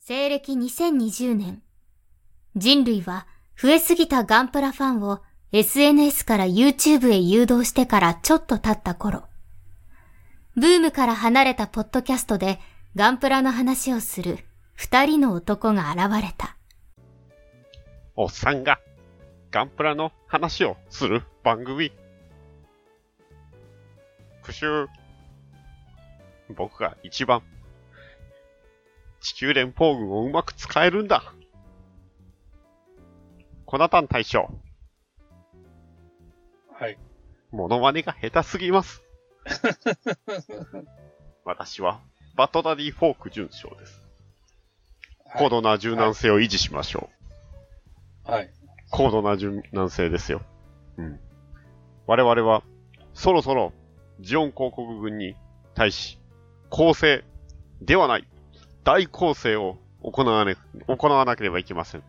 西暦2020年、人類は増えすぎたガンプラファンを SNS から YouTube へ誘導してからちょっと経った頃、ブームから離れたポッドキャストでガンプラの話をする二人の男が現れた。おっさんが、ガンプラの話をする番組。復讐。僕が一番、地球連邦軍をうまく使えるんだ。コナタン大将、はい。モノマネが下手すぎ ます。私は、バトダディフォーク准将です。はい高度な柔軟性を維持しましょう。はい。高度な柔軟性ですよ。うん。我々は、そろそろ、ジオン広告軍に対し、攻勢ではない、大攻勢を行わね、行わなければいけません。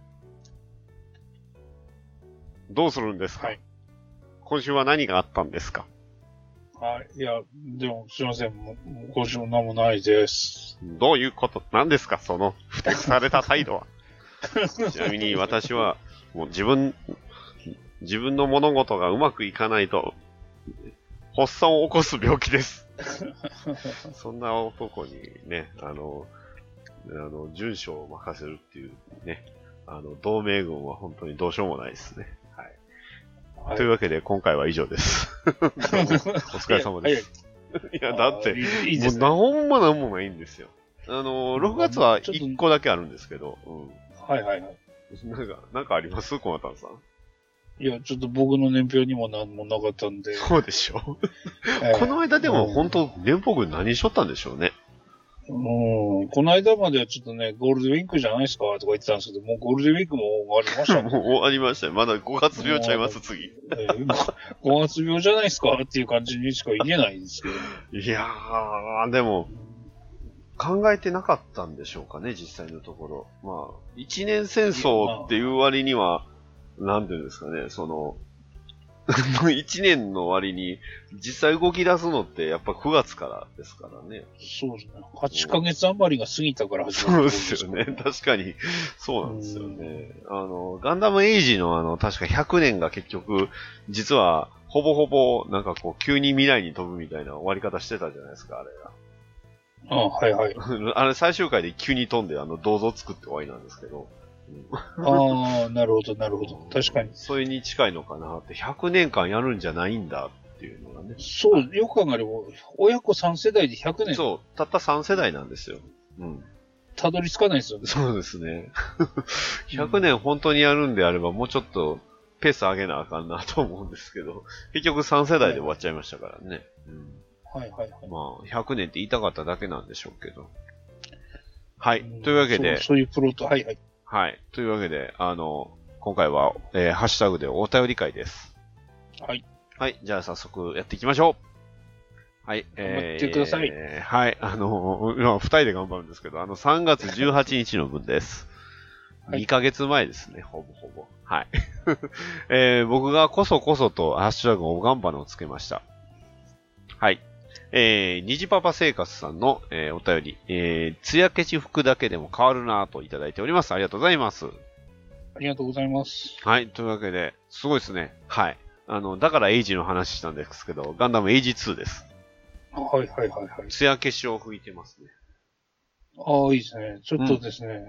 どうするんですか、はい今週は何があったんですかはい。いや、でも、すいません。もうもう今週も何もないです。どういうことなんですかその、不適された態度は。ちなみに私は、もう自分、自分の物事がうまくいかないと、発作を起こす病気です。そんな男にね、あの、あの、準将を任せるっていうね、あの、同盟軍は本当にどうしようもないですね。はというわけで、今回は以上です。おお疲疲れ様です。。いや、だってあ、ー、いいいいもでうすね。何も何もないんですよ。あの、6月は1個だけあるんですけど、うん。はいはいはい。なんか、なんかありますコナタンさん。 いや、ちょっと僕の年表にも何もなかった んで。そうでしょ。えーこの間でも本当、連邦軍何しとったんでしょうね。 うん。この間まではちょっとね、ゴールデンウィークじゃないですかとか言ってたんですけど、もうゴールデンウィークも終わりましもたう ね。終わりましたよ。まだ5月病ちゃいます、次。えーご5月病じゃないですかっていう感じにしか言えないんですけど。いやー、でも、考えてなかったんでしょうかね、実際のところ。まあ、一年戦争っていう割には、なんていうんですかね、その、 一年の割に、実際動き出すのって、やっぱ9月からですからね。そうですね。8ヶ月余りが過ぎたから始まそうるでんすよね。け ど確かに、そうなんですよね。あの、ガンダムエイジのあの、確か100年が結局、実は、ほぼほぼ、なんかこう、急に未来に飛ぶみたいな終わり方してたじゃないですか、あれあはいはい。が。 あれ最終回で急に飛んで、あの、銅像作って終わりなんですけど。ああ、なるほど、なるほど。確かに。それに近いのかなって、100年間やるんじゃないんだっていうのがね。そう、よく考えれば、親子3世代で100年そう、たった3世代なんですよ。うん。 たどり着かないですよね。そうですね。100年本当にやるんであれば、もうちょっとペース上げなあかんなと思うんですけど、結局3世代で終わっちゃいましたからね。はいはいはういん、。まあ、100年って言いたかっただけなんでしょうけど。はい。んというわけでそう、そういうプロット、はいはい。はい。というわけで、あの、今回は、えーハッシュタグでお便り会です。はい。はい。じゃあ早速やっていきましょう。はい。えー、頑張ってくださいえーはい。あのー、今、二人で頑張るんですけど、あの、3月18日の分です。 はい2ヶ月前ですね、ほぼほぼ。はい。 えー僕がこそこそとハッシュタグおがんばのをつけました。はい。えー、にじパパ生活さんの、えーお便り、えー、つやけち服だけでも変わるなぁといただいております。ありがとうございます。ありがとうございます。はい、というわけで、すごいですね。はい。あの、だからエイジの話したんですけど、ガンダムエイジ2です。はいはいはいはい。艶消しを吹いてますね。ああ、いいですね。ちょっとですね。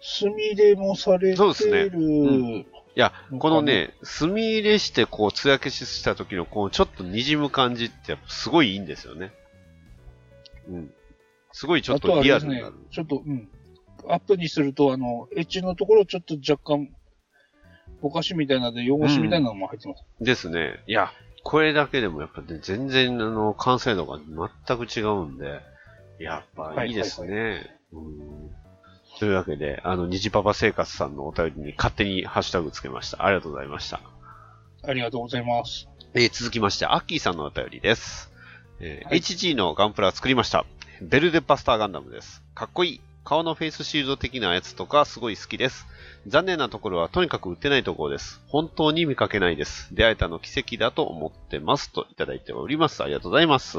墨入れもされてる。そうですねね。いや、このね、墨入れして、こう、艶消しした時の、こう、ちょっと滲む感じって、すごいいいんですよね。うん。すごいちょっあととはリアルですにねなる。、ちょっと、うん。アップにすると、あの、エッジのところちょっと若干、ぼかしみたいなので、汚しみたいなのも入ってます。ですね。いや、これだけでもやっぱね、全然、あの、完成度が全く違うんで、やっぱいいですね。うんというわけで、あの、虹パパ生活さんのお便りに勝手にハッシュタグつけました。ありがとうございました。ありがとうございます。えー続きまして、アッキーさんのお便りです。えーはい HG のガンプラ作りました。ベルデバスターガンダムです。かっこいい。顔のフェイスシールド的なやつとかすごい好きです。残念なところはとにかく売ってないところです。本当に見かけないです。出会えたの奇跡だと思ってます。といただいております。ありがとうございます。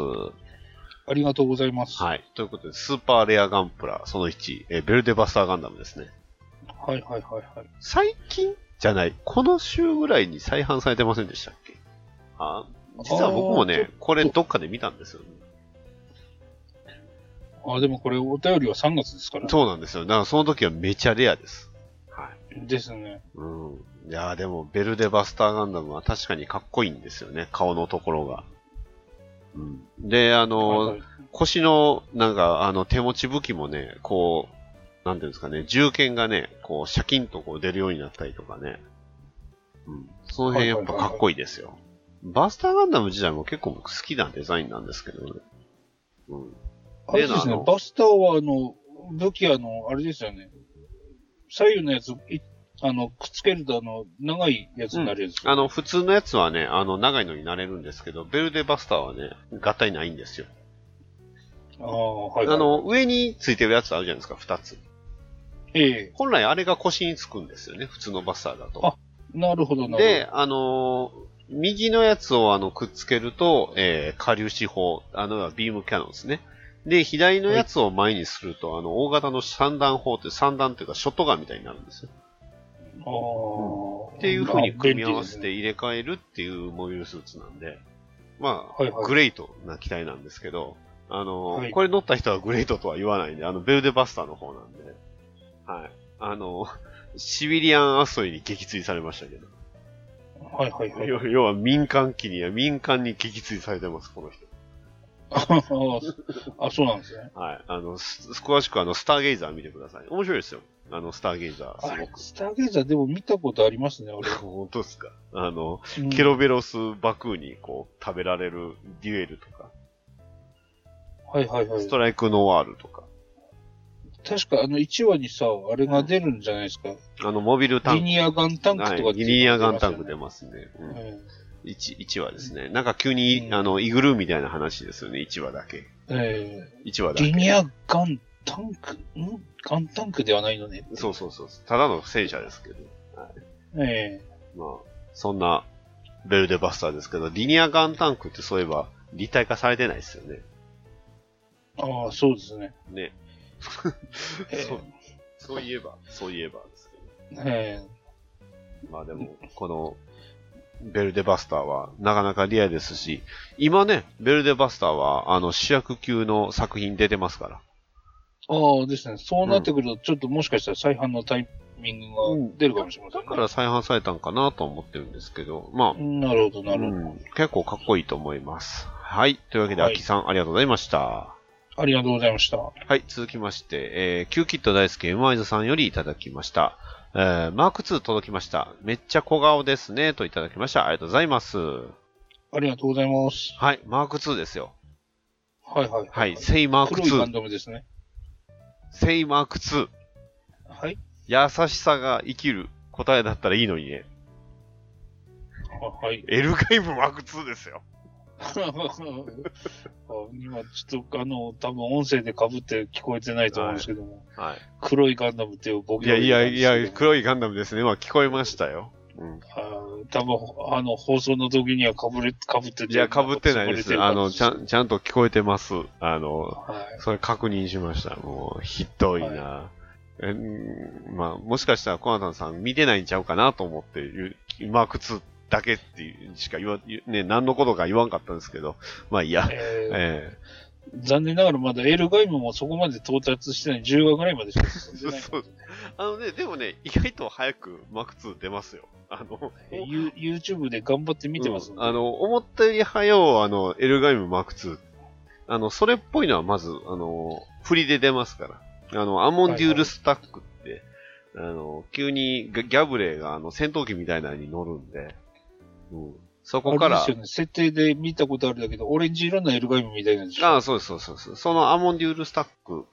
ありがとうございます。ははい。ということで、スーパーレアガンプラ、その1、えーベルデバスターガンダムですね。いはいはいはい。最近じゃない、この週ぐらいに再販されてませんでしたっけあ実は僕もあーちょねっと、これどっかで見たんですよね。あ、でもこれお便りは3月ですから。そうなんですよ。だからその時はめちゃレアです。はい。ですね。うん。いやーでも、ベルデバスターガンダムは確かにかっこいいんですよね。顔のところが。うん。で、あのーはいはい腰の、なんか、あの、手持ち武器もね、こう、なんていうんですかね、銃剣がね、こう、シャキンとこう出るようになったりとかね。うん。その辺やっぱかっこいいですよ。バスターガンダム自体も結構僕好きなデザインなんですけどね。うん。あれです例のあねの、バスターは、あの、武器、あの、あれですよね。左右のやつ、いあの、くっつけると、あの、長いやつになるやつ。あの、普通のやつはね、あの、長いのになれるんですけど、ベルデバスターはね、合体ないんですよ。ああ、はあいはい。の、上についてるやつあるじゃないですか、二つ。ええ本来あれが腰につくんですよね、普通のバスターだと。あなるほど、なるで、あのー右のやつをあのくっつけると、えー、下粒子砲、あの、ビームキャノンですね。で、左のやつを前にすると、あの、大型の三段砲って三段っていうか、ショットガンみたいになるんですよ。ほど。ああ。っていう風に組み合わせまあて入れ替えるっていうモビルスーツなんで、まはいあ、はいグレートな機体なんですけど、あのーはいこれ乗った人はグレートとは言わないんで、あの、ベルデバスターの方なんで、はい。あのーシビリアン争いに撃墜されましたけど。便利ですねは いはいはい。要要は民間機には民間に撃墜されてます、この人。あ、そうなんですね。はい。あの、す詳しくあの、スターゲイザー見てください。面白いですよ。あの、スターゲイザー、あすごれく、。スターゲイザーでも見たことありますね、俺。 本当ですかあの、うんケロベロスバクーにこう、食べられるデュエルとか、はいはいはいス。トライクノワールとか、確か、あの、1話にさ、あれが出るんじゃないですか。あの、モビルタンリク。ニアガンタンクとかっていうのはい、がリニアガンタンク出出まますね。うすんよね。うん1、一話ですね。なんか急に、うんあの、イグルーみたいな話ですよね、1話だけ。ええ1話だけ。リニアガンタンク、んガンタンクではないのね。そうそうそう。ただの戦車ですけど。えまあ、そんなベルデバスターですけど、リニアガンタンクってそういえば立体化されてないですよね。えああ、そうですね。ね。 ええそうそういえば、そういえばですけえど。まあでも、このベルデバスターはなかなかリアルですし、今ね、ベルデバスターはあの主役級の作品出てますから。えああですね。そうなってくると、ちょっともしかしたら再販のタイミングが出るかもしれませんだかね。ら再販されたんかなと思ってるんですけど、まあ、なるほど、なうるほど。ん、結構かっこいいと思います。はい。というわけで、はい秋さんありがとうございました。ありがとうございました。あはい、続きまして、えー、キューキット大好きエムアイズさんよりいただきました。えー、マーク2届きました。めっちゃ小顔ですね、といただきました。ありがとうございます。りがとうございます。はい、マーク2ですよ。はいはい。はい、セイマーク黒いガン2。ダムですね。セイマーク2。はい。優しさが生きる答えだったらいいのにね。あはい。 エルガイムマーク2ですよ。あ今、ちょっと、あの、多分音声で被って聞こえてないと思うんですけども、は黒いガンダムっていうボい。いケやをい入れやたんでいや、すけども黒いガンダムですね。まあ聞こえましたよ。うん。あー多分、あの、放送の時にはかぶれ、かぶってていや、被ってないです。あの、ちゃ。かぶれてるん、ちゃんと聞こえてます。あの、感じはい。それ確認しました。もう、ひどいな。えーまあ、もしかしたらコナタンさん見てないんちゃうかなと思って言う、マーク2だけっていうしか言わ、言うね、何のことか言わんかったんですけど、まあいいや。ええー残念ながらまだエルガイムもそこまで到達してない。10話ぐらいまでしか進 んでないので。えあのね、でもね、意外と早くマーク2出ますよ。あの、ユ YouTube で頑張って見てますんうで、んあの、思ったより早う、あの、エルガイムマーク2。あの、それっぽいのはまず、あの、振りで出ますから。あの、アモンデュールスタックって、あの、急にギャギャブレーがあの戦闘機みたいなのに乗るんで、うん、そこかあられです、よね。設定で見たことあるだけど、オレンジ色のエルガイムみたいなんでしょ。ああ、そうです、そうですそうです。そのアモンデュールスタック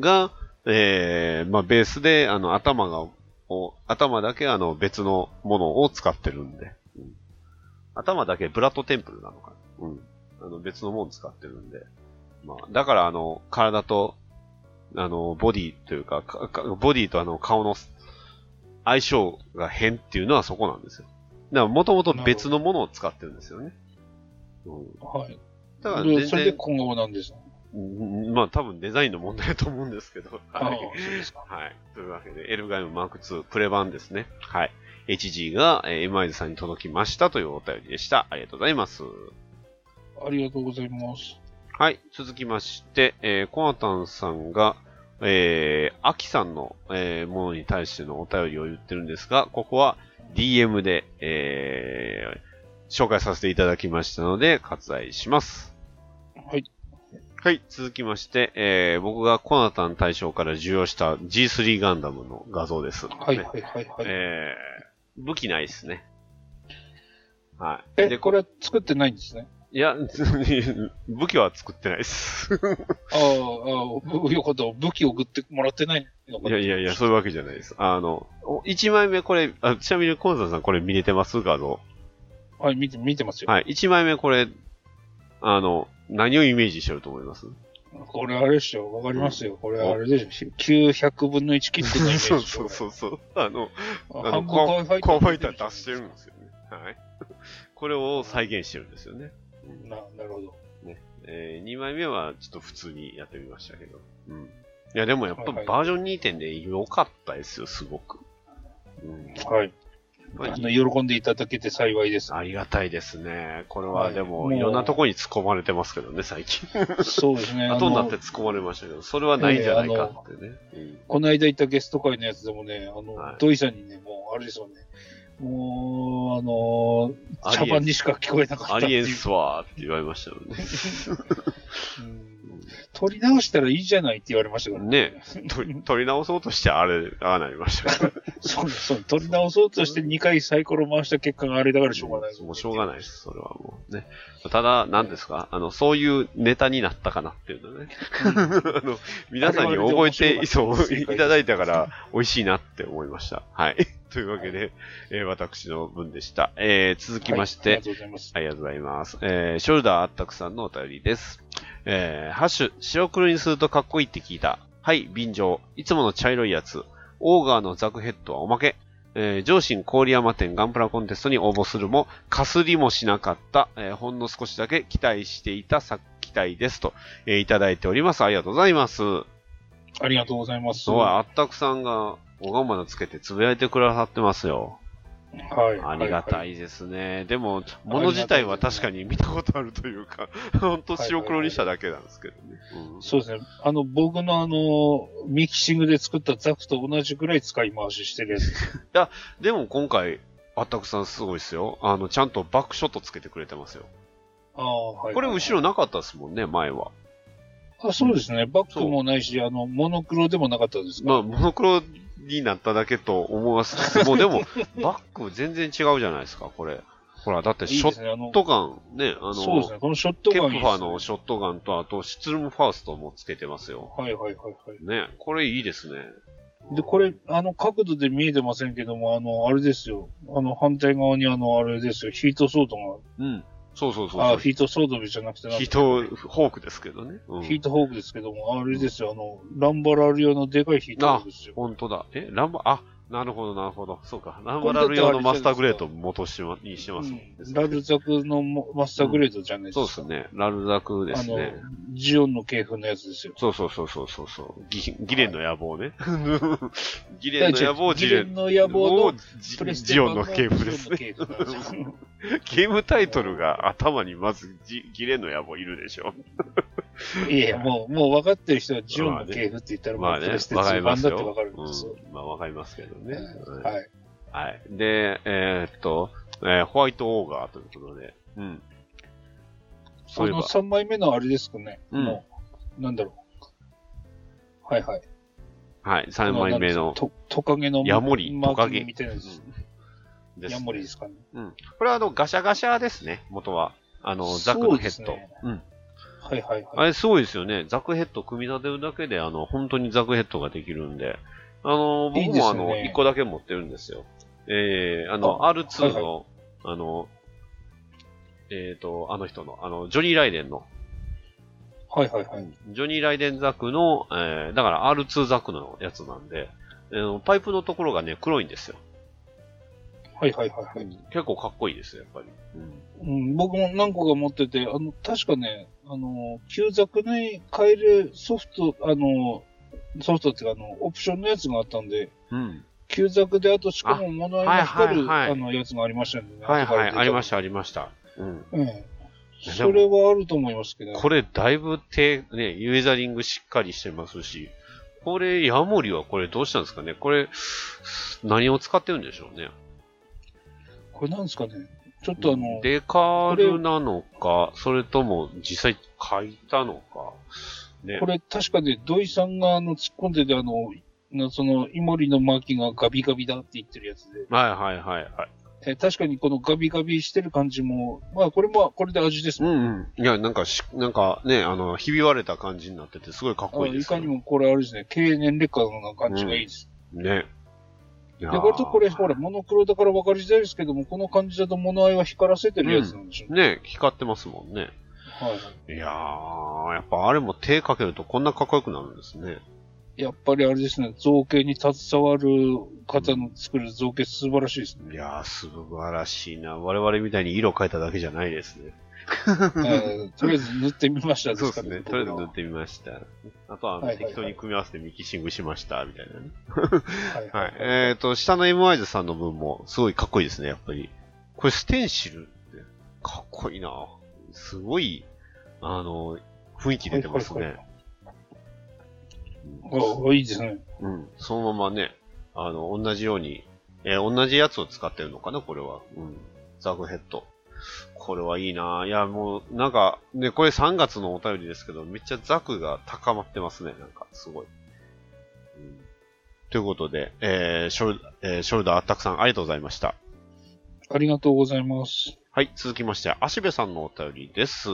が、ええまあ、ベースで、あの、頭が、を頭だけ、あの、別のものを使ってるんで。うん頭だけ、ブラッドテンプルなのかな。うん。あの、別のもの使ってるんで。まあ、だから、あの、体と、あの、ボディというか、かかボディとあの、顔の相性が変っていうのはそこなんですよ。だから、もともと別のものを使ってるんですよね。うん。はい。だからで全それで然、今後なんです。うんまあ多分デザインの問題だと思うんですけど。ああは、い。そうですか。はい。というわけで、エルガイムマーク2プレ版ですね。はい。HG が、えー MI さんに届きましたというお便りでした。ありがとうございます。ありがとうございます。はい。続きまして、えーコナタンさんが、えー、アキさんの、えーものに対してのお便りを言ってるんですが、ここは DM で、えー紹介させていただきましたので、割愛します。はい。はい、続きまして、えー僕がコナタン大将から授与した G3 ガンダムの画像です。はいねはいはいはい。えー武器ないですね。はい。え、これは作ってないんですね。いや、 武器は作ってないです。ああ、ああ、ぶよ かった。武器送ってもらってないのかいなやいやいや、そういうわけじゃないです。あの、1枚目これ、あちなみにコナタンさんこれ見れてます画像。はい、見て、見てますよ。はい、1枚目これ、あの、何をイメージしてると思いますこれあれですよ。わかりますよ。これあれですよ。900分の1切ってのイメージ。 そうそうそうそう。あの、ああハの、ンココアアフファイター。ァイター出してるんですよね。はい。これを再現してるんですよね。な、なるほど。え2枚目はちょっと普通にやってみましたけど。うん。いや、でもやっぱはいはいバージョン2.0良かったですよ、すごく。うん。はい。まああの、喜んでいただけて幸いです。ありがたいですね。これはは、いでも、もういろんなとこに突っ込まれてますけどね、最近。そうですね。後になってあの突っ込まれましたけど、それはないんじゃないかってね。この間行ったゲスト会のやつでもね、あの、はい土井さんにね、もう、あれですよね。もう、あの、ありえん茶番にしか聞こえなかったあってりえんいう。すわーって言われましたよね。うん取り直したらいいじゃないって言われましたからね。取取り直そうとして、あれ、ああなりましたから。そうですそうです。取り直そうとして2回サイコロ回した結果があれだ からしょうがない。もうしょうがないです、それはもうね。ただ、何ですかあの、そういうネタになったかなっていうのね。 あの、皆さんに覚えて、そう、いただいたから、美味しいなって思いました。はい。というわけで、えー私の分でした。えー続きましはいあてりが、とうございます。ありがとうございます。えーショルダーあったくさんのお便りです。えーハッシュ、白黒にするとかっこいいって聞いた。はい、便乗。いつもの茶色いやつ。オーガーのザクヘッドはおまけ。えー上信郡山店ガンプラコンテストに応募するも、かすりもしなかった。えーほんの少しだけ期待していた作期待ですと、えーいただいております。ありがとうございます。ありがとうございます。すごい、あったくさんが、おがまのつけてつぶやいてくださってますよ。はい。ありがたい。いですね。でも、物自体は確かに見たことあるというか、本当白黒にしただけなんですけどね。うんそうですね。あの、僕のあの、ミキシングで作ったザクと同じぐらい使い回ししてるやつ。でも今回、あったくさんすごいですよ。あの、ちゃんとバックショットつけてくれてますよ。ああ、はい。これ後ろなかったですもんね、前は。あそうですね。バックもないし、あの、モノクロでもなかったですかまあ、モノクロになっただけと思わせつ つも、でも、バック全然違うじゃないですか、これ。ほら、だっていいショでッすね。あの、トガンね、あの、そうですね。このショットケガプンいいフですねァーのショットガンと、あと、シュツルムファーストもつけてますよ。はいはいはいはね、これいいですね。い。で、これ、あの、角度で見えてませんけども、あの、あれですよ。あの、反対側にあの、あれですよ。ヒートソードうん。そうそうそうが、そあ、う。ヒートソードじゃなくてなんだヒートホークですけどね。うんヒートホークですけども、あれですよ。あの、ランバラル用のでかいヒートホークですよ。本当だ。え、ランバ、あ、なるほど、なるほど。そうか。ランバラル用のマスターグレート元しま、にしてますもんねうんラルザクのもマスターグレードじゃないですか。そうですね。ラルザクですね。あの、ジオンの系譜のやつですよ。そうそうそうそうそうそう。ギギレンの野望 ね。ギレンの野望、ジジレレンンの野望のジプレステジオンの系譜ジでオンすのね。系譜なんですよゲームタイトルが頭にまずジギレンの野望いるでしょ。いやいや、もう、もう分かってる人はジオンの系譜って言ったら、まもあうね、プわレステかりま2版すだって分よかるんですよ。うん。まあわかりますけどね。うんはい。はい。で、えーっと、えーホワイトオーガーということで。うん。そそういえのば、 3枚目のあれですかね。うんもう、なんだろう。はいはい。はい、3枚目の。トトカゲのヤモリマーキトンカグゲみたいなやつ。うんですヤモリですかね。うん。これはあの、ガシャガシャですね、元は。あの、ザクそのうヘでッすド。ねうん。はいはいあはい。れすごいですよね。ザクヘッド組み立てるだけで、あの、本当にザクヘッドができるんで。あの、いい僕ですもよあねの、1個だけ持ってるんですよ。えー、あの、R2 の、あの、えっ、と、あの人の、あの、ジョニー・ライデンの、はいはいはい。ジョニー・ライデンザクの、えー、だから R2 ザクのやつなんで、えーパイプのところがね、黒いんですよ。はいはいはいはい。結構かっこいいですよ、やっぱり。うん、僕も何個か持ってて、あの、確かね、あの、旧ザクに変えるソフト、あの、ソフトっていうか、あの、オプションのやつがあったんで、うん。旧ザクであとしかも物合いが光る、あ,、はいはいはいの、やつがありましたよね。。はいはい、ありましたた、ありました。うん。うん。それはあると思いますけど。これ、だいぶ手、ね、ユーザリングしっかりしてますし、これ、ヤモリはこれどうしたんですかねこれ、何を使ってるんでしょうね。これなんですかね。ちょっとあの、デカールなのか、それとも実際書いたのか。ねこ。れ確かね、土井さんがあの突っ込んでて、あの、なその、イモリのマーキがガビガビだって言ってるやつで、はいはいはいはい。え確かにこのガビガビしてる感じも、まあこれも、これで味ですうもん。んうん。いや、なんかし、なんかね、あの、ひび割れた感じになってて、すごいかっこいいあでいすよかにもこれあれですね、経年劣化の感じがいいです。ね。いやで、ーこれとこれ、ほら、モノクロだから分かりづらいですけども、この感じだと物合いは光らせてるやつなんでしょうね。ね、光ってますもんね。はいはいやー、やっぱあれも手かけるとこんなかっこよくなるんですね。い。やっぱりあれですね、造形に携わる方の作る造形素晴らしいです ね。いやー、素晴らしいな。我々みたいに色変えただけじゃないですね。えーとりあえず塗ってみましたそうでかすね。とりあえず塗ってみました。あとは、あのはいはいはい適当に組み合わせてミキシングしました、みたいなね。はいはい。えっ、ー、と、下の m イズさんの分も、すごいかっこいいですね、やっぱり。これ、ステンシルって、かっこいいなすごい、あの、雰囲気出てますはいね。あいいですね。うん。そのままね、あの、同じように、えー同じやつを使ってるのかな、これは。うん。ザグヘッド。これはいいないや、もう、なんか、ね、これ3月のお便りですけど、めっちゃザクが高まってますね、なんか、すごい。うん、ということで、えーショル、えーショルダーあったくさん、ありがとうございました。ありがとうございます。はい、続きまして、足部さんのお便りです。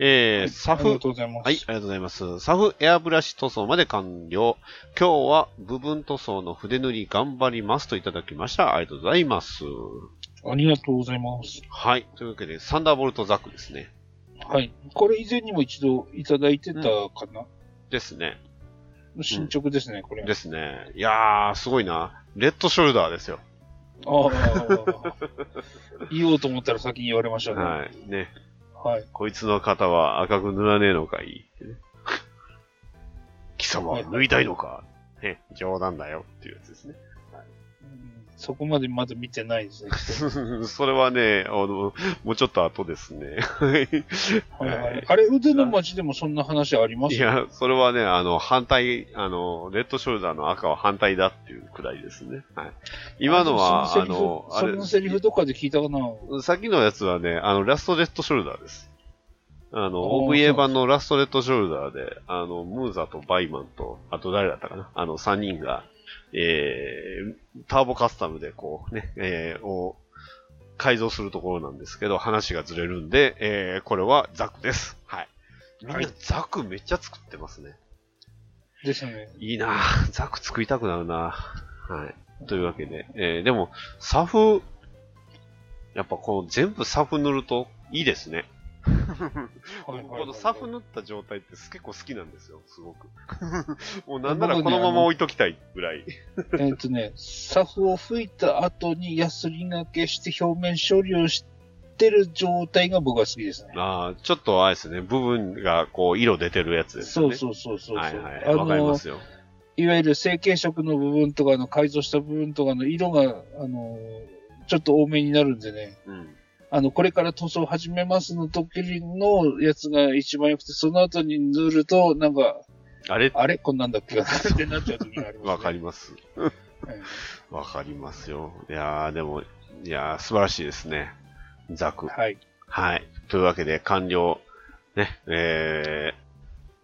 えーはいサありフがとうございます。はい、ありがとうございます。サフエアブラシ塗装まで完了。今日は部分塗装の筆塗り頑張りますといただきました。ありがとうございます。ありがとうございます。はい、というわけで、サンダーボルトザックですね。はい。これ以前にも一度いただいてたかな、ですね。進捗ですね、これ。ですね。いやー、すごいな。レッドショルダーですよ。ああああああ、言おうと思ったら先に言われましたね。ははい。ね。い。はい。こいつの肩は赤く塗らねえのかい ってね貴様は塗りたいのかね、冗談だよっていうやつですね。うんそこまでまだ見てないです ね。それはね、あの、もうちょっと後ですね。はいははいい、あれ、腕の町でもそんな話ありますいや、それはね、あの、反対、あの、レッドショルダーの赤は反対だっていうくらいですね。はい。今のは、あその、あそのセリフれ、とかで聞いたかなはさっきのやつはね、あの、ラストレッドショルダーです。あの、おー OVA 版のラストレッドショルダーで、あの、ムーザとバイマンと、あと誰だったかなあの、3人が、えー、ターボカスタムでこうね、えー、を改造するところなんですけど、話がずれるんで、えー、これはザクです。はい。みんはないザクめっちゃ作ってますね。ですね。いいなぁザク作りたくなるなぁはい。というわけで、えー、でも、サフ、やっぱこう全部サフ塗るといいですね。はいはいはいこのサフ塗った状態って結構好きなんですよ、す ごく。もうなんならこのまま置いときたいぐらい。 えっとね、サフを吹いた後にヤスリがけして表面処理をしてる状態が僕は好きですね。ああ、ちょっとあれですね、部分がこう色出てるやつですそようね。うそうそうそうそう。はいはい、あわかりまの、すよ。いわゆる成形色の部分とか、あの改造した部分とかの色が、あの、ちょっと多めになるんでね。うん。あの、これから塗装始めますの時のやつが一番良くて、その後に塗ると、なんか、あれあれこんなんだっけってなっちゃう時があります、ね。わかります。うんわかりますよ。いやー、でも、いやー、素晴らしいですね。ザク。はい。はい。というわけで、完了。ね、えー、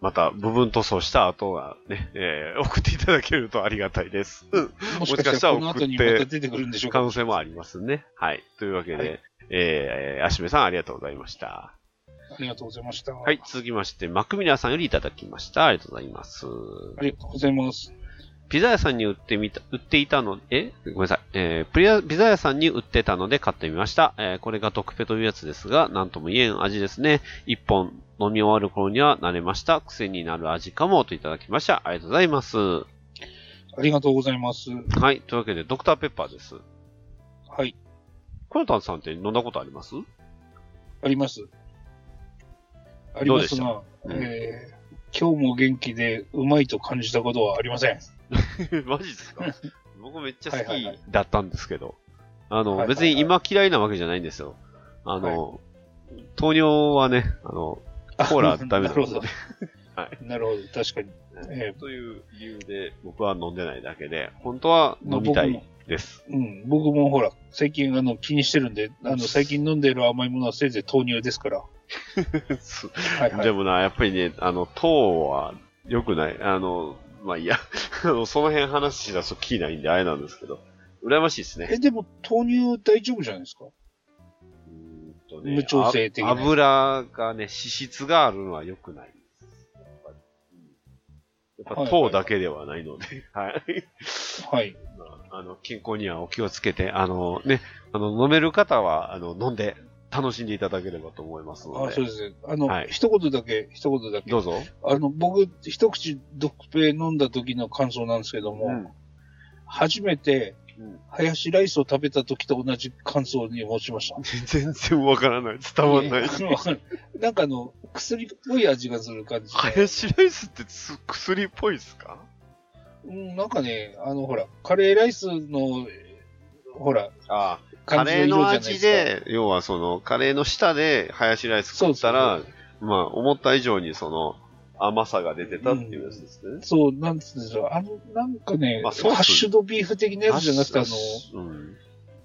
また、部分塗装した後はね、えー送っていただけるとありがたいです。うんもしかしたらこの後にまた出てくるんでしょう可か。能性もありますね。はい。というわけで、はいえー、足部さんありがとうございました。ありがとうございました。はい。続きまして、マクミラーさんよりいただきました。ありがとうございます。ありがとうございます。ピザ屋さんに売ってみた、売っていたの、えごめんなさい。えーピザ、ピザ屋さんに売ってたので買ってみました。えーこれが特ペというやつですが、なんとも言えん味ですね。一本飲み終わる頃には慣れました。癖になる味かもといただきました。ありがとうございます。はありがとうございます。い。というわけで、ドクターペッパーです。はい。クヨタンさんって飲んだことあり ますあります。ありどまうでしすたが、うんえー今日も元気でうまいと感じたことはありません。マジですか僕めっちゃ好はいはいはきだったんですけど、あはいはいはの、い別に今嫌いなわけじゃないんですよ。あの、糖尿はね、あの、コーラダメ ななるのほどで。。はなるほど、確かに。えという理由で僕は飲んでないだけで、本当は飲みたいです。うん、僕もほら、最近あの気にしてるんで、あの最近飲んでる甘いものはせいぜい豆乳ですから。はいはい。 でもな、やっぱりね、あの、糖は良くない。あの、まあ、いいや、 あのその辺話し出すとキーないんであれなんですけど、羨ましいですね。え、でも豆乳大丈夫じゃないですかうーんと無調整的あな油がね、脂質があるのは良くないです。やっぱりうんやっぱ糖だけではないので、 はい。はい。まああの、健康にはお気をつけて、あのね、あの、飲める方は、あの、飲んで楽しんでいただければと思いますのあ、そうで、ですね。あの、はい一言だけ、一言だけど。うぞ。あの、僕、一口ドクペ飲んだ時の感想なんですけども、うん初めて、うんハヤシライスを食べた時と同じ感想に持ちました。全然わからない。伝わんない。あのわかる なんかあの、薬っぽい味がする感じで。ハヤシライスってつ薬っぽいっすかうん、なんかね、あの、ほら、カレーライスの、ほら、ああ、カ感じレーのの色じゃない味ですか。で、要はその、カレーの下でハヤシライス食ったら、そうまあ、思った以上にその、甘さが出てたっていうやつですね。そう、なんつうんでしょう。あの、なんかね、まあソースハッシュドビーフ的なやつじゃなくて、あの、の、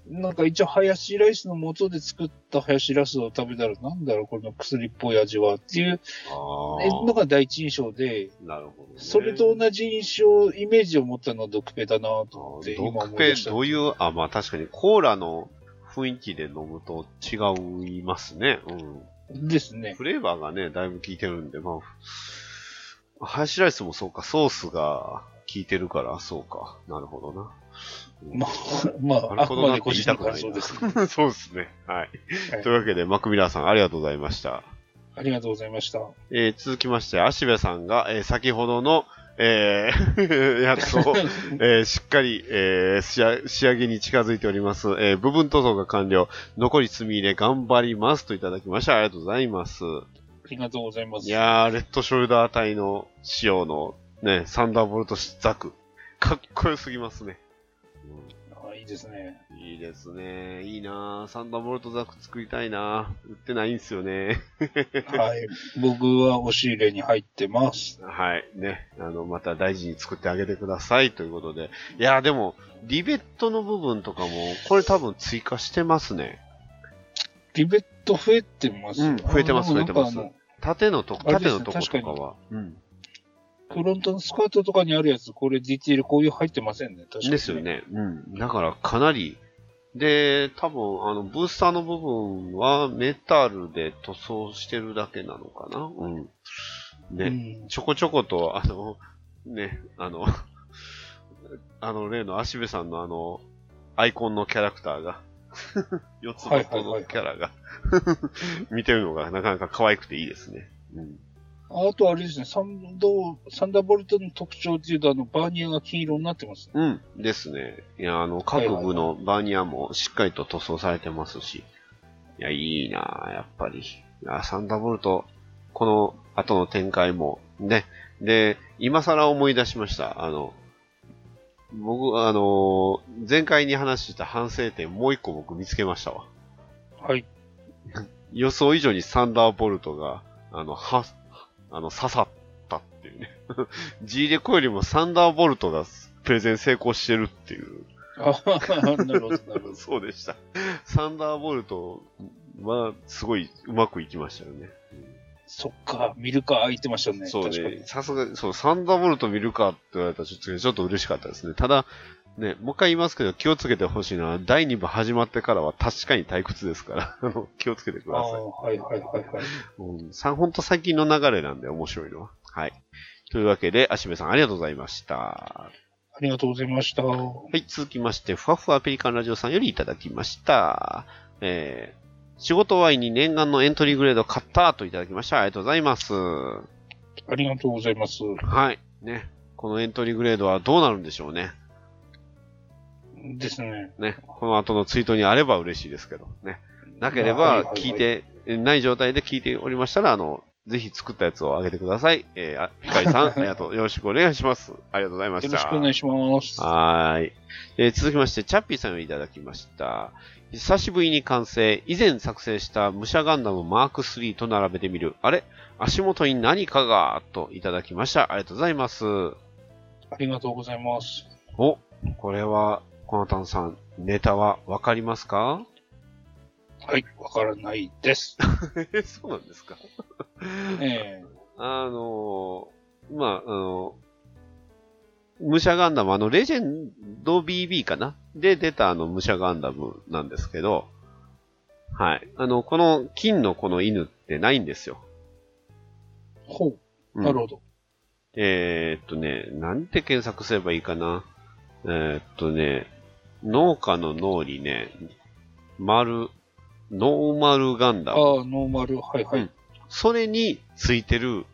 うん、なんか一応、ハヤシライスの素で作ったハヤシライスを食べたら、なんだろう、この薬っぽい味はっていうあのが第一印象で、あ、なるほど、ね。それと同じ印象、イメージを持ったのはドクペだなと思って、ド今ク思いペ出した。どういう、あ、まあ確かにコーラの雰囲気で飲むと違いますね。うん。ですね。フレーバーがね、だいぶ効いてるんで、まあ、ハヤシライスもそうか、ソースが効いてるから、そうか。なるほどな。うん まあ、まなあ、るあくほどまなでって個言い人たのくな感い想な。です。そうですね。はい。はいというわけで、マクミラーさん、ありがとうございました。ありがとうございました。えー続きまして、足部さんが、えー先ほどの、えー やつを、えーしっかり、えー仕上仕上げに近づいております。えー部分塗装が完了。残り墨入れ頑張りますといただきました。ありがとうございます。ありがとうございます。いやー、レッドショルダー体の仕様のね、サンダーボルトザク。かっこよすぎますね。あいいですね。うんいいですね。いいなー。サンダーボルトザク作りたいなー。売ってないんですよね。 はい。僕は押し入れに入ってます。はい。ね。あの、また大事に作ってあげてくださいということで。いやー、でも、リベットの部分とかも、これ多分追加してますね。リベット増えてます。うん増えてますあのなんか増えてますあの縦のとこ、あれ縦ですのねとことかは。うん。フロントのスカートとかにあるやつ、これディティールこういう入ってませんね。確かに。ですよ。ね。うん。だからかなり、で、多分、あの、ブースターの部分はメタルで塗装してるだけなのかなうん。うね。ん。ちょこちょこと、あの、ね、あの、 あの、例の足部さんのあの、アイコンのキャラクターが、 四つ葉とのキャラが、 見てるのがなかなか可愛くていいですね。うん。あとあれですね、サンド、サンダーボルトの特徴っていうと、あの、バーニアが金色になってます。うん、ですね。いや、あの、各部のバーニアもしっかりと塗装されてますし、いや、いいなあやっぱり。いや、サンダーボルト、この後の展開も、ね。で、今更思い出しました。あの、僕、あの、前回に話した反省点、もう一個僕見つけましたわ。はい。予想以上にサンダーボルトが、あの、は、あの、刺さったっていうね。G レコよりもサンダーボルトがプレゼン成功してるっていう。あなるほど、なるほ ど。そうでした。サンダーボルトは、すごいうまくいきましたよね。 そっか、見るか空いてましたね。そう確かにね。。さすが、そう、サンダーボルト見るかって言われたらちょっとちょっと嬉しかったですね。ただ、ね、もう一回言いますけど、気をつけてほしいのは、第2部始まってからは確かに退屈ですから、 あの気をつけてくあださい。あ、はいはいはいはい。うん、さほんと最近の流れなんで、面白いのは。はい。というわけで、足部さんありがとうございました。ありがとうございました。ははい、続きまして、ふわふわペリカンラジオさんよりいただきました。えー、仕事終わりに念願のエントリーグレード買ったといただきました。ありがとうございます。はありがとうございます。い。ね。このエントリーグレードはどうなるんでしょうね。うですね。ね、この後のツイートにあれば嬉しいですけど、ね。なければ、聞いて、ない状態で聞いておりましたら、あの、ぜひ作ったやつをあげてください。えー、あピカイ さん、ありがとう。よろしくお願いします。ありがとうございましよた。ろしくお願いします。はーい。えー続きまして、チャッピーさんをいただきました。久しぶりに完成。以前作成した武者ガンダムマーク3と並べてみる。あれ足元に何かがといただきました。ありがとうございます。ありがとうございます。お、これは、コナタンさん、ネタはわかりますか はい、わからないです。え、そうなんですかえあのーまあ、あのー武者ガンダム、あの、レジェンド BB かなで出たあの武者ガンダムなんですけど、はい。あの、この金のこの犬ってないんですよ。えほうう、んなるほど。えーっとね、なんて検索すればいいかな。えーっとね、農家の脳にね、丸、ノーマルガンダム。ああ、ノーマル、はいはういん。それについてる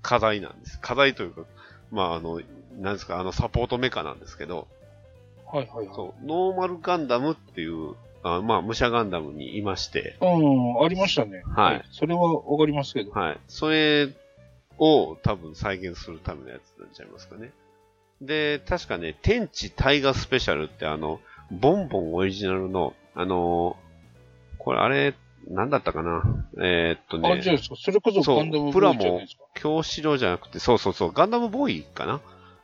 課題なんです。課題というか、まあ、あの、なんですか、あの、サポートメカなんですけど、はいはいはい。そう、ノーマルガンダムっていう、あまあ、武者ガンダムにいまして、うん、ありましたね。はい。それはわかりますけど。はい。それを多分再現するためのやつになっちゃいますかね。で、確かね、天地大河スペシャルってあの、ボンボンオリジナルの、あのーこれあれ、なんだったかなえーっとあれじゃね、ないですか。それこそそうガンダムプブララモじゃないですか。京四郎じゃなくて、そうそうそう、ガンダムボーイかな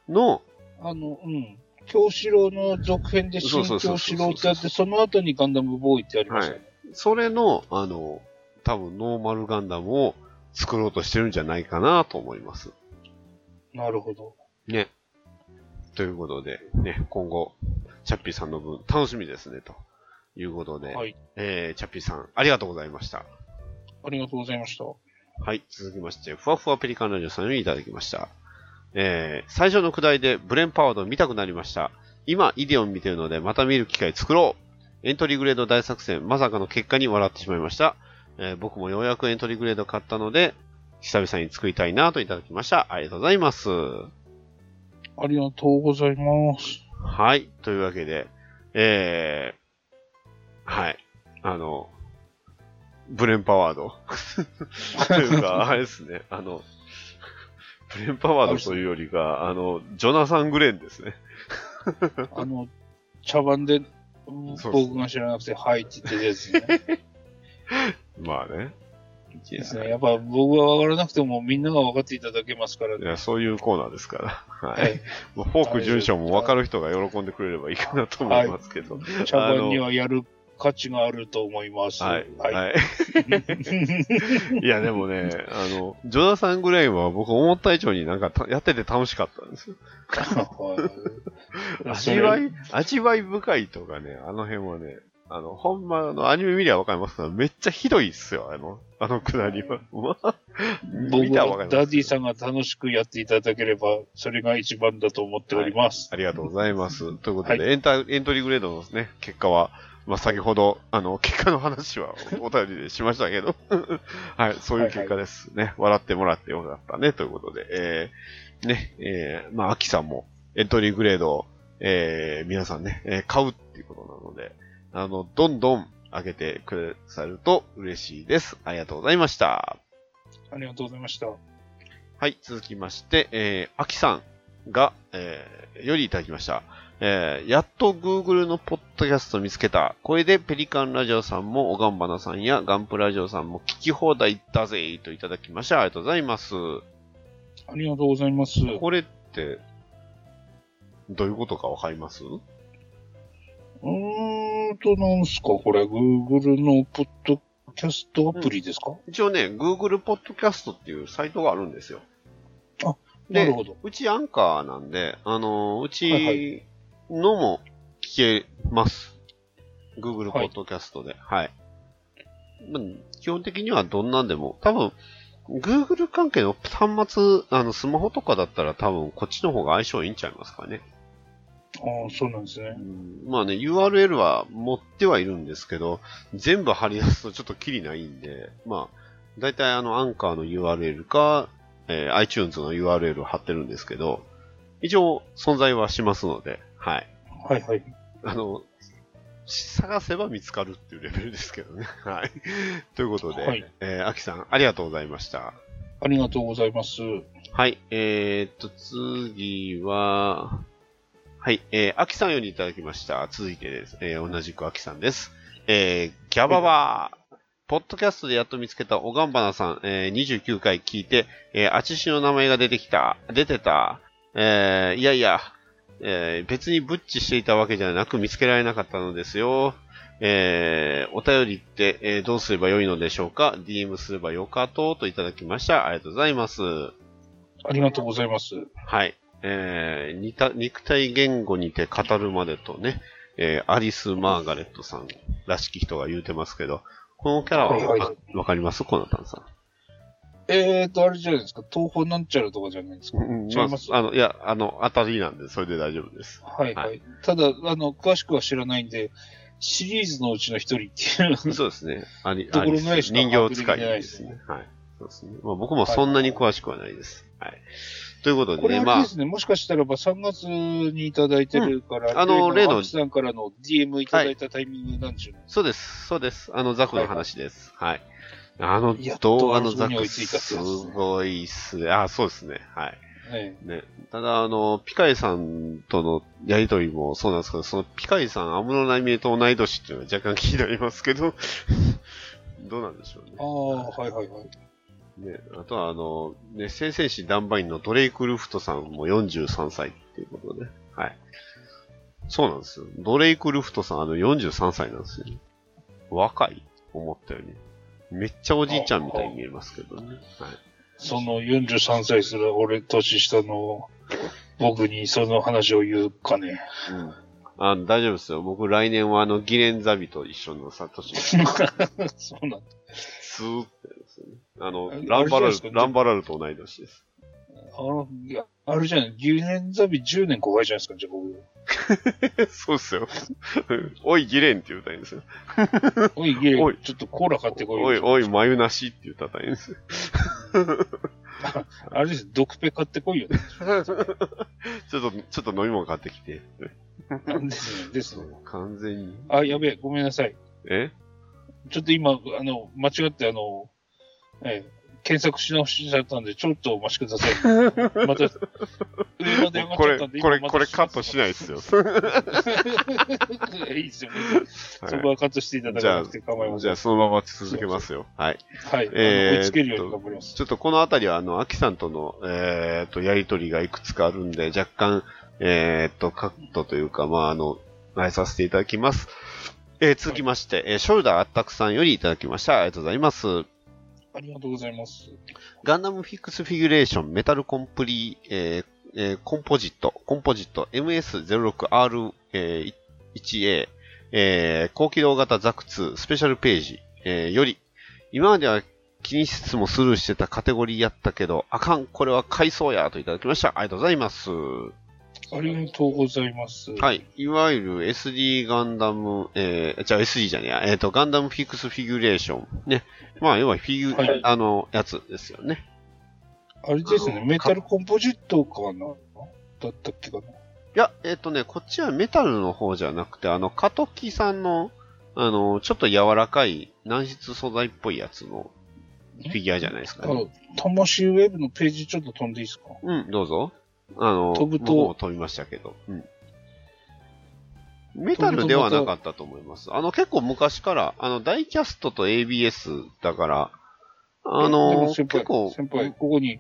の、あの、うん。京四郎の続編でそう新そうそうそ京う四郎ってあって、その後にガンダムボーイってありましたね。それの、あの、多分ノーマルガンダムを作ろうとしてるんじゃないかなと思います。なるほど。ね。ということで、ね、今後、チャッピーさんの分、楽しみですね、ということで、はい。えー、チャッピーさん、ありがとうございました。ありがとうございました。はい、続きまして、ふわふわペリカンラジオさんよりいただきました。えー、最初のくだりでブレンパワード見たくなりました。今、イデオン見てるので、また見る機会作ろうエントリーグレード大作戦、まさかの結果に笑ってしまいました。えー僕もようやくエントリーグレード買ったので、久々に作りたいなといただきました。ありがとうございます。ありがとうございます。はい。というわけで、えー、はい。あの、ブレンパワード。というか、あれですね。あの、ブレンパワードというよりか、あの、ジョナサン・グレンですね。あの、茶番で、そう僕が知らなくて、はいって言ってる やつね。まあね。いですね。やっぱ僕は分からなくてもみんなが分かっていただけますからね。や、そういうコーナーですから。は。はいい。まあフォーク準将も分かる人が喜んでくれればいいかなと思いますけど。茶番にはやる価値があると思います。はい。はい。はい。いや、でもね、あの、ジョナサン・グレインは僕思った以上になんかたやってて楽しかったんですよ。 味わい、味わい深いとかね、あの辺はね、あの、ほんま、あの、アニメ見りゃわかりますけど、めっちゃひどいっすよ、あの、あのくだりは。まあ、見僕たらわかはります。ダディさんが楽しくやっていただければ、それが一番だと思っております。ありがとうございます。ということで、はエンタエントリーグレードのね、結果は、まあ、先ほど、あの、結果の話 はおお便りでしましたけど、 はい、そういう結果ですね。笑ってもらってよかったね、ということで、えー、ね、えー、まあ、アキさんもエントリーグレードを、えー、皆さんね、えー買うっていうことなので、あの、どんどん上げてくださると嬉しいです。ありがとうございました。ありがとうございました。はい、続きまして、えー、アキさんが、えー、よりいただきました。えー、やっと Google のポッドキャスト見つけた。これでペリカンラジオさんも、おがんばなさんやガンプラジオさんも聞き放題だぜといただきました。ありがとうございます。ありがとうございます。これって、どういうことかわかりますうーんと、なんすかこれ、Google のポッドキャストアプリですか、一応ね、Google ポッドキャストっていうサイトがあるんですよ。でなるほど。うちアンカーなんで、あのーうはいはちのも聞けます。Google ポはいッドキャストで。はい、まあ基本的にはどんなんでも、多分、Google 関係の端末、あの、スマホとかだったら多分こっちの方が相性いいんちゃいますかね。ああ、そうなんですねう。んまあね、URL は持ってはいるんですけど、全部貼り出すとちょっとキリないんで、まあ、だいたいあの、アンカーの URL か、えー iTunes の URL を貼ってるんですけど、一応存在はしますので、はい。はいはい。あの、探せば見つかるっていうレベルですけどね。はい。ということで、はいえー、アキさん、ありがとうございました。ありがとうございます。はい、えー、っと、次は、はい、えー、アキさんよりいただきました。続いてです。えー、同じくアキさんです。えー、ギャババー。ポッドキャストでやっと見つけたおがんばなさん、えー、29回聞いて、えー、あちしの名前が出てきた、出てた、えー、いやいや、えー、別にブッチしていたわけじゃなく見つけられなかったのですよ。えー、お便りって、えーどうすればよいのでしょうか ?DM すればよかと、といただきました。ありがとうございます。ありがとうございます。はい。えー似た、肉体言語にて語るまでとね、えーアリス・マーガレットさんらしき人が言うてますけど、このキャラははいわはかわかりますコナタンさん。えーと、あれじゃないですか。東方なんちゃらとかじゃないですか。違いますあ、あの、いや、あの、当たりなんで、それで大丈夫です。はいはい。はただ、あの、詳しくは知らないんで、シリーズのうちの一人っていう。そうですね。あり、ところぐらいありしか人形使いです把握できね。はい。そうですね。まあ僕もそんなに詳しくはないです。はい。ということでこれね、あれまであ、すね、もしかしたらば3月にいただいてるから、うんあの例のアキさんからの DM いただいたタイミングなんでしょうね。そうです、そうです。あの、ザクの話です。はい。あのやっ、と動画のあザのゾーンに追ク、いついたってすやつですねごいっすね。あ、そうですね。はい。えね。ただ、あの、ピカイさんとのやりとりもそうなんですけど、そのピカイさん、安室奈美恵と同い年っていうのは若干気になりますけど、 どうなんでしょえああ、はいはいはい。うね。ね。あとは、あの、ね、先々師ダンバインのドレイク・ルフトさんも43歳っていうことで、はい。そうなんですよ。ドレイク・ルフトさん、あの、43歳なんですよ。若い思ったより。めっちゃおじいちゃんみたいに見えますけどね。はい。その43歳する俺、年下の僕にその話を言うかね。 うんあの大丈夫ですよ。僕、来年はあの、ギレンザビと一緒のさ、年がそうなんだ。スーってですね。あのあれ、ランバあれラじゃないですかル、ランバラルと同い年 です。あのいやあれじゃない、牛年ザビ10年後輩じゃないですか、じゃあ僕。そうっすよ。おい、ギレンって言うたらいいんですよ。おい、ゲイおいちょっとコーラ買ってこいよ。おい、おい、眉なしって言ったらいいんです よ。あれです、毒ペ買ってこいよ。ちょっと、ちょっと飲み物買ってきて。ですね、ですね。完全に。あ、やべえ、ごめんなさい。えちょっと今、あの、間違って、あの、ええ検索し直しちゃったんで、ちょっとお待ちください。また、上まで上がっこちゃっれ、たんで、これ、これカットしないい。っすよ。 いいですよ、はいそこはカットしていただじかゃなあくて構いま、せじん。ゃあそのまま続けますよ。はい。はい、えーあの追いつけるように頑張ります。ちょっとこのあたりは、あの、アキさんとの、えーっと、やりとりがいくつかあるんで、若干、えーっと、カットというか、まあ、あの、変えさせていただきます。えー続きまして、えーショルダーあったくさんよりいただきました。ありがとうございます。ありがとうございます。ガンダムフィックスフィギュレーションメタルコンプリ、えーえーコンポジット、コンポジット MS06R1A、えー 1A えー高機動型ザク2スペシャルページ、えーより、今までは気にしつつもスルーしてたカテゴリーやったけど、あかん、これは回想やといただきました。ありがとうございます。ありがとうございます。はい。いわゆる SD ガンダム、えー、じゃあ SD じゃねえや、えっ、と、ガンダムフィックスフィギュレーション。ね。まあ、要はフィギュ、はいあの、やつですよね。あれですね、メタルコンポジットかなだったっけかな。いや、えっ、とね、こっちはメタルの方じゃなくて、あの、カトキさんの、あの、ちょっと柔らかい軟質素材っぽいやつのフィギュアじゃないですかあね。の、魂ウェブのページちょっと飛んでいいですかうん、どうぞ。あの、飛ぶと僕も飛びましたけど。うん。メタルではなかったと思います。あの、結構昔から、あの、ダイキャストと ABS だから、あでの、も先結輩構、先輩、ここに、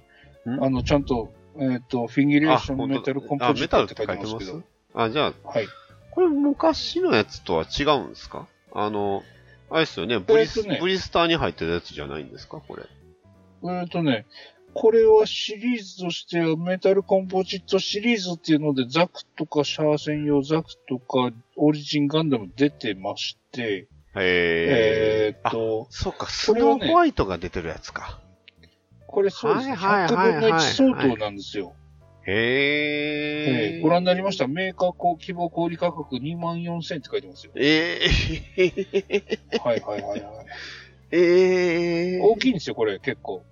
んあの、ちゃんと、えっ、と、フィギュレーションメタルコンポジットって書いてあメタまルすけど。あ、じゃあ、はい。これ昔のやつとは違うんですかあの、あれですよねブリス、えーとねブリスターに入ってるやつじゃないんですかこれ。えっ、とね、これはシリーズとしてはメタルコンポジットシリーズっていうので、ザクとかシャア専用ザクとかオリジンガンダム出てまして、へええっ、と、そうか、スこれはノねーホワイトが出てるやつか。これそうですね、はいはいはいは100い分の1相当なんですよ。へえ。えーご覧になりました。メーカーこう希望小売価格24,000って書いてますよ えー、 はいはいはいはい。え大きいんですよ、これ結構。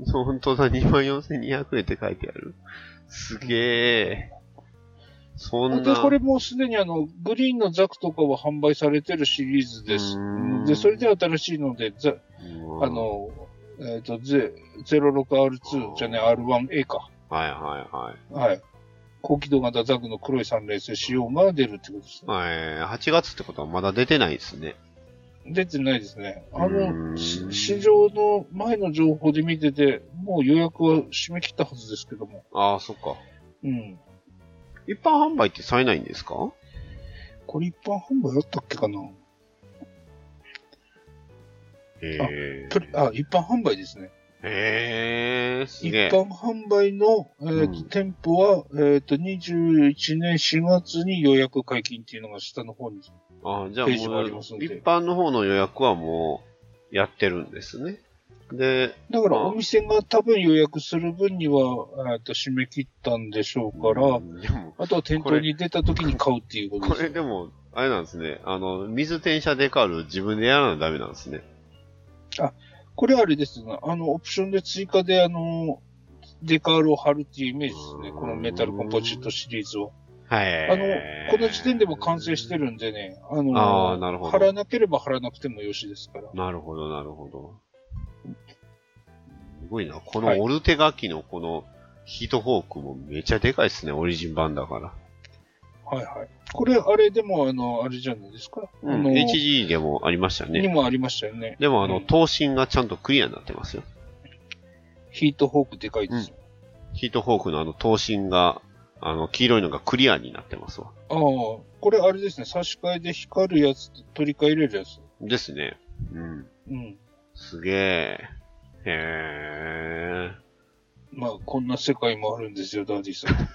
ー、本当だ、24,200円って書いてある。すげえ。そんで、な。これもうすでにあの、グリーンのザクとかは販売されてるシリーズですうーん。で、それで新しいので、ザうんあ、の、えっ、と、ゼ 06R2 じゃね、R1A か。はいはいはい。はい。高機動型ザクの黒い三連星仕様が出るってことですね。えー、8月ってことはまだ出てないですね。出てないですね。あうーんの、し市場の前の情報で見てて、もう予約は締め切ったはずですけども。ああ、そっか。うん。一般販売ってされないんですかこれ一般販売あったっけかなえプレあ、一般販売ですね。えー、す一げえ。般販売の、えーとうん店舗は、えっ、と、21年4月に予約解禁っていうのが下の方に。あじゃあページがもあう、りますんで一般の方の予約はもう、やってるんですね。で、だからあお店が多分予約する分には、えっ、と、締め切ったんでしょうから、うんでも、あとは店頭に出た時に買うっていうことこですれね。でも、あれなんですね。あの、水転写デカール自分でやらないとダメなんですね。これあれですね。あの、オプションで追加で、あの、デカールを貼るっていうイメージですね。このメタルコンポジットシリーズは。はい。あの、この時点でも完成してるんでね、あの、あーなるほど貼らなければ貼らなくてもよしですから。なるほど、なるほど。すごいな。こはいのオルテガキのこのヒートフォークもめちゃでかいっすね、オリジン版だから。はいはい。これ、あれでも、あの、あれじゃないですか。うあん、の、 HG でもありましたにね。もありましたよね。でもあの、うん頭身がちゃんとクリアになってますよ。ヒートホークでかいですよ。ヒートフォークのあの頭身が、あの、黄色いのがクリアになってますわ。ああ、これあれですね。差し替えで光るやつと取り替えれるやつ。ですね。うん。うん。すげえ。へえ。 まあ、こんな世界もあるんですよ、ダデ ィさん。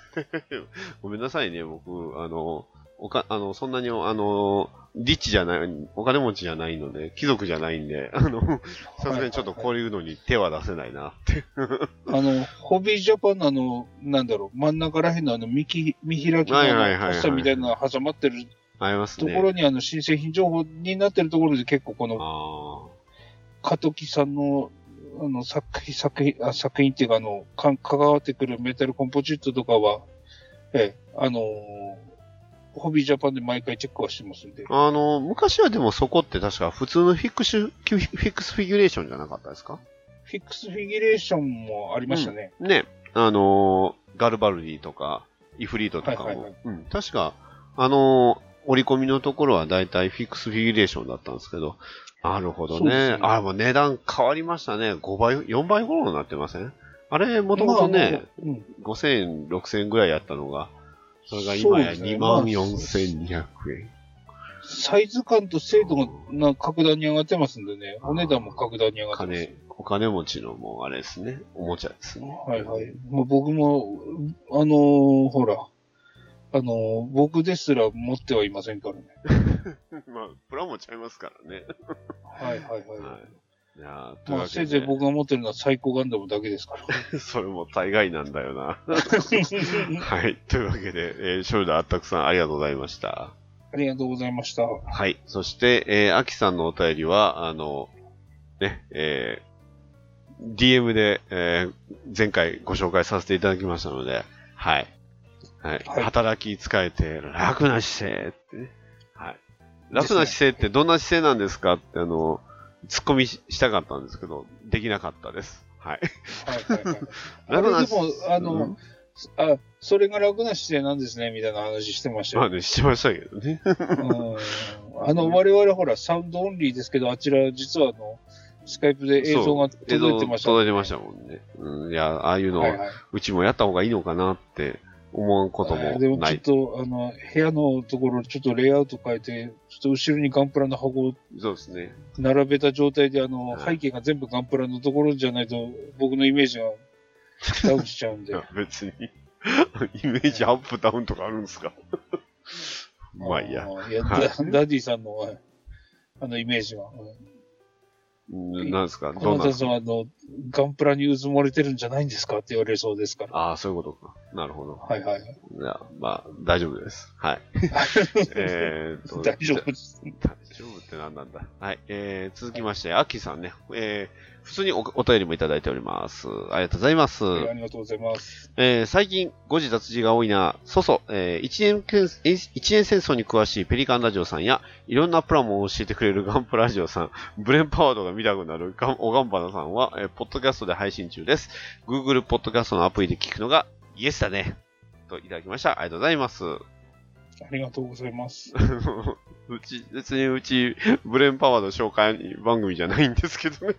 ごめんなさいね、僕、あの、おか、あの、そんなに、あの、リッチじゃない、お金持ちじゃないので、貴族じゃないんで、あの、さすがにちょっとこういうのに手は出せないなって。あの、ホビージャパンのあの、なんだろう、真ん中らへんのあの、見き見開きのはいはいはいはいパスタみたいなの挟まってるありますとね。ころに、あの、新製品情報になってるところで結構この、あカトキさんの、あの、作品、作品、あ作品っていうか、あの、か関わってくるメタルコンポジットとかは、ええ、あのーホビージャパンで毎回チェックはしてますんで。あ。あの、昔はでもそこって確か普通のフィックス、フィックスフィギュレーションじゃなかったですかフィックスフィギュレーションもありましたね。ね。あの、ガルバルディとか、イフリートとかも。はいはいはいうん。確か、あの、折り込みのところはだいたいフィックスフィギュレーションだったんですけど、なるほどそうですね。ねあ、もう値段変わりましたね。5倍、4倍頃になってませんあれ、もともとね、まあ、うん5000円、6000円ぐらいやったのが、それが今やそうですね2万4200円。サイズ感と精度がな格段に上がってますんでね、お値段も格段に上がってます。金、お金持ちのもうあれですね、おもちゃですね。はいはい。もう僕も、あのーほら、あのー僕ですら持ってはいませんからね。まあ、プラもちゃいますからね。はいはいはい。はい。いやーというまわあ、けせでいぜい僕が持ってるのは最高ガンダムだけですから。それも大概なんだよな。 はい。というわけで、えーショルダーあったくさんありがとうございました。ありがとうございました。ははい。そして、えー、アキさんのお便りは、あの、ね、えー DM で、えー前回ご紹介させていただきましたので、はい。はい。はい働き疲れて、楽な姿勢ってね。はい。楽な姿勢ってどんな姿勢なんですかって、あの、突っ込みししたかったんですけど、できなかったです。はい。いはいはい。あ楽なれでも、あの、うんあ、それが楽な姿勢なんですね、みたいな話してましたまあよ。ね、してましたけどね。うんあの、我々ほら、サウンドオンリーですけど、あちら実はあの、スカイプで映像が映 届い像てましたね、届いてましたもんね。うん、いや、ああいうの、はいはいうちもやった方がいいのかなって思うことあもーでもなちょっい。と、あの、部屋のところ、ちょっとレイアウト変えて、ちょっと後ろにガンプラの箱をそうですね。並べた状態で、あの、はい背景が全部ガンプラのところじゃないと、僕のイメージがダウンしちゃうんいで。や、別に。イメージアップダウンとかあるんですか まあいいや。ー。いや、はいダダディさんの、はいあの、イメージは。うんうんなんですかど小うなんで松すさかんは、あの、ガンプラにうずもれてるんじゃないんですかって言われそうですから。ああ、そういうことか。なるほど。はいはい。いや、まあ、大丈夫です。はい。えーっと、大丈じゃ夫です。大丈夫って何なんだ。はい。えー、続きまして、アッキーさんね。えー、普通におお便りもいただいております。ありがとうございます。ありがとうございます。えー最近、誤字脱字が多いな、そそ、えー一年けん一年戦争に詳しいペリカンラジオさんや、いろんなプラモを教えてくれるガンプラジオさん、 ブレンパワードが見たくなるガンおガンバナさんは、えーポッドキャストで配信中です。Google ポッドキャストのアプリで聞くのがイエスだね。といただきました。ありがとうございます。 ありがとうございます。うち、別にうち、ブレンパワード紹介番組じゃないんですけどね。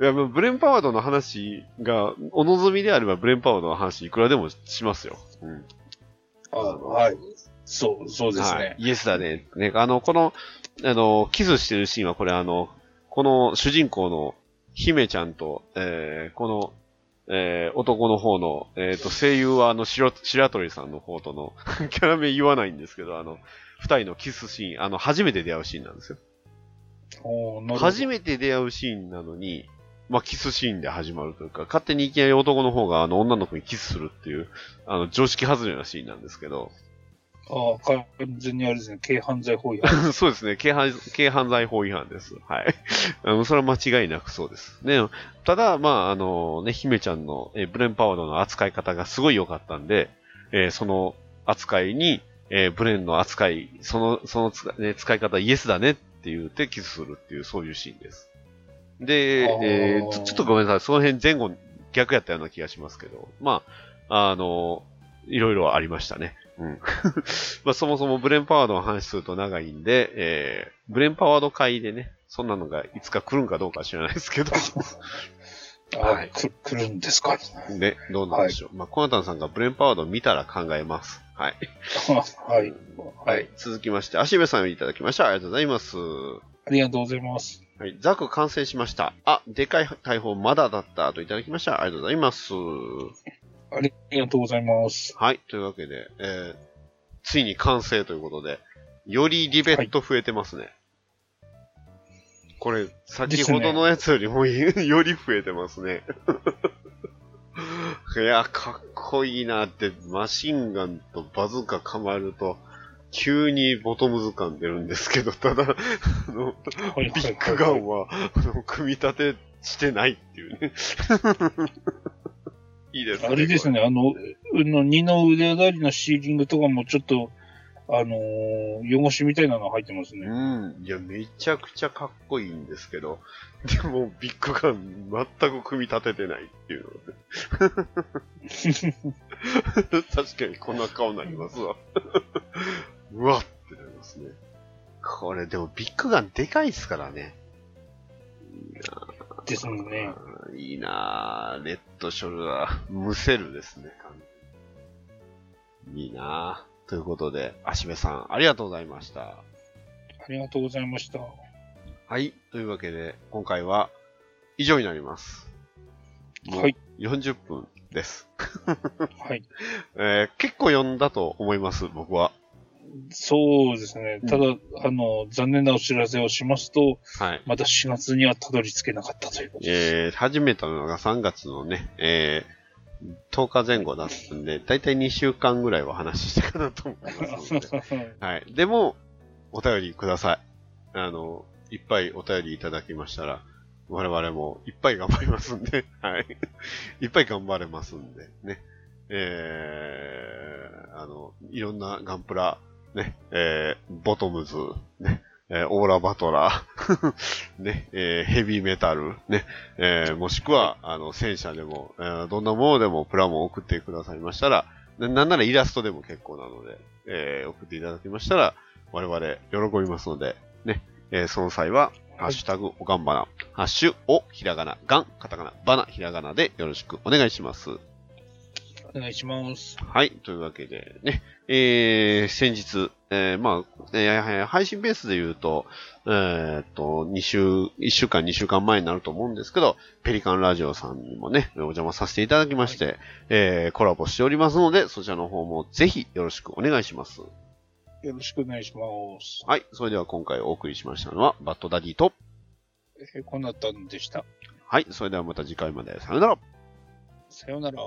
いや、もうブレンパワードの話が、お望みであればブレンパワードの話いくらでもしますよ。うん。あはい。そう、そうですはいね。イエスだね。ね、あの、この、あの、キスしてるシーンは、これあの、この主人公の姫ちゃんと、えー、この、えー、男の方の、えっ、と、声優はあの、白、白鳥さんの方との、 キャラ名言わないんですけど、あの、二人のキスシーン、あの、初めて出会うシーンなんですよ。おーなるほど初めて出会うシーンなのに、まあ、キスシーンで始まるというか、勝手にいきなり男の方があの女の子にキスするっていう、あの、常識外れなシーンなんですけど、ああ、完全にあれですね、軽犯罪法違 そうですね軽犯、軽犯罪法違反です。はい。あの、それは間違いなくそうです。ね、ただ、まあ、あの、ね、姫ちゃんの、えーブレンパワードの扱い方がすごい良かったんで、えーその扱いに、えーブレンの扱い、その、そのつか、ね、使い方イエスだねって言ってキスするっていう、そういうシーンです。あーで、えーちょちょっとごめんなさい、その辺前後逆やったような気がしますけど、まあ、あの、いろいろありましたね。うん。 まあ、そもそもブレンパワードの話すると長いんで、えー、ブレンパワード会でね、そんなのがいつか来るんかどうか知らないですけど、反。ははいい。く、来るんですか ね。ね、どうなんでしょう。まあ、コナタンさんがブレンパワードを見たら考えます。はい。 はい。はい。。続きまして、アシベさんをいただきました。ありがとうございます。ありがとうございます。はい、ザク完成しました。あ、でかい大砲まだだったといただきました。ありがとうございます。ありがとうございます。はい、というわけで、えー、ついに完成ということで、よりリベット増えてますね。これ、先ほどのやつよりも、 より増えてますね。 いや、かっこいいなって、マシンガンとバズーカ構えると、急にボトムズ感出るんですけど、ただ、あの、はい。ビッグガンはは、あの、組み立てしてないっていう ね。いいでいすはい。あれですね、あの、うの二の腕上がりのシーリングとかもちょっと、あのー汚しみたいなの入ってますね。うん。いや、めちゃくちゃかっこいいんですけど、でも、ビッグガン全く組み立ててないっていうのがね確かにこんな顔になりますわ。うわってなりますね。これ、でもビッグガンでかいですからね。ですもんね。あーいいなぁ。レッドショルダー。むせるですね。完全にいいなぁ。ということで、足部さん、ありがとうございました。ありがとうございました。はい。というわけで、今回は以上になります。もうはい。 40分です。はい。えー結構読んだと思います、僕は。そうですね。ただ、あの、残念なお知らせをしますと、はい。まだ4月にはたどり着けなかったということです。えー始めたのが3月のね、えー10日前後だったんで、だいたい2週間ぐらいは話したかなと思います ので。はい。でも、お便りください。あの、いっぱいお便りいただきましたら、我々もいっぱい頑張りますんで、 はい。いっぱい頑張れますんで、ね。えー、あの、いろんなガンプラ、ね、えー、ボトムズ、ね、えーオーラバトラ ー、ね、えーヘビーメタル、ね、えーもしくは、あの、戦車でも、えーどんなものでもプラモを送ってくださいましたら、ななんならイラストでも結構なので、えー送っていただきましたら、我々喜びますので、ね、えーその際は、ハッシュタグ、おがんばな、ハッシュ、お、ひらがな、がん、カタカナ、ばな、ひらがなでよろしくお願いします。お願いします。はい。というわけでね、えー、先日、えー、まあ、えー配信ベースで言うと、えーっと、2週、1週間、2週間前になると思うんですけど、ペリカンラジオさんにもね、お邪魔させていただきまして、えー、コラボしておりますので、そちらの方もぜひよろしくお願いします。よろしくお願いします。はい。それでは今回お送りしましたのは、バッドダディと、えーこんなったんでした。はい、それではまた次回まで。さよならさようなら。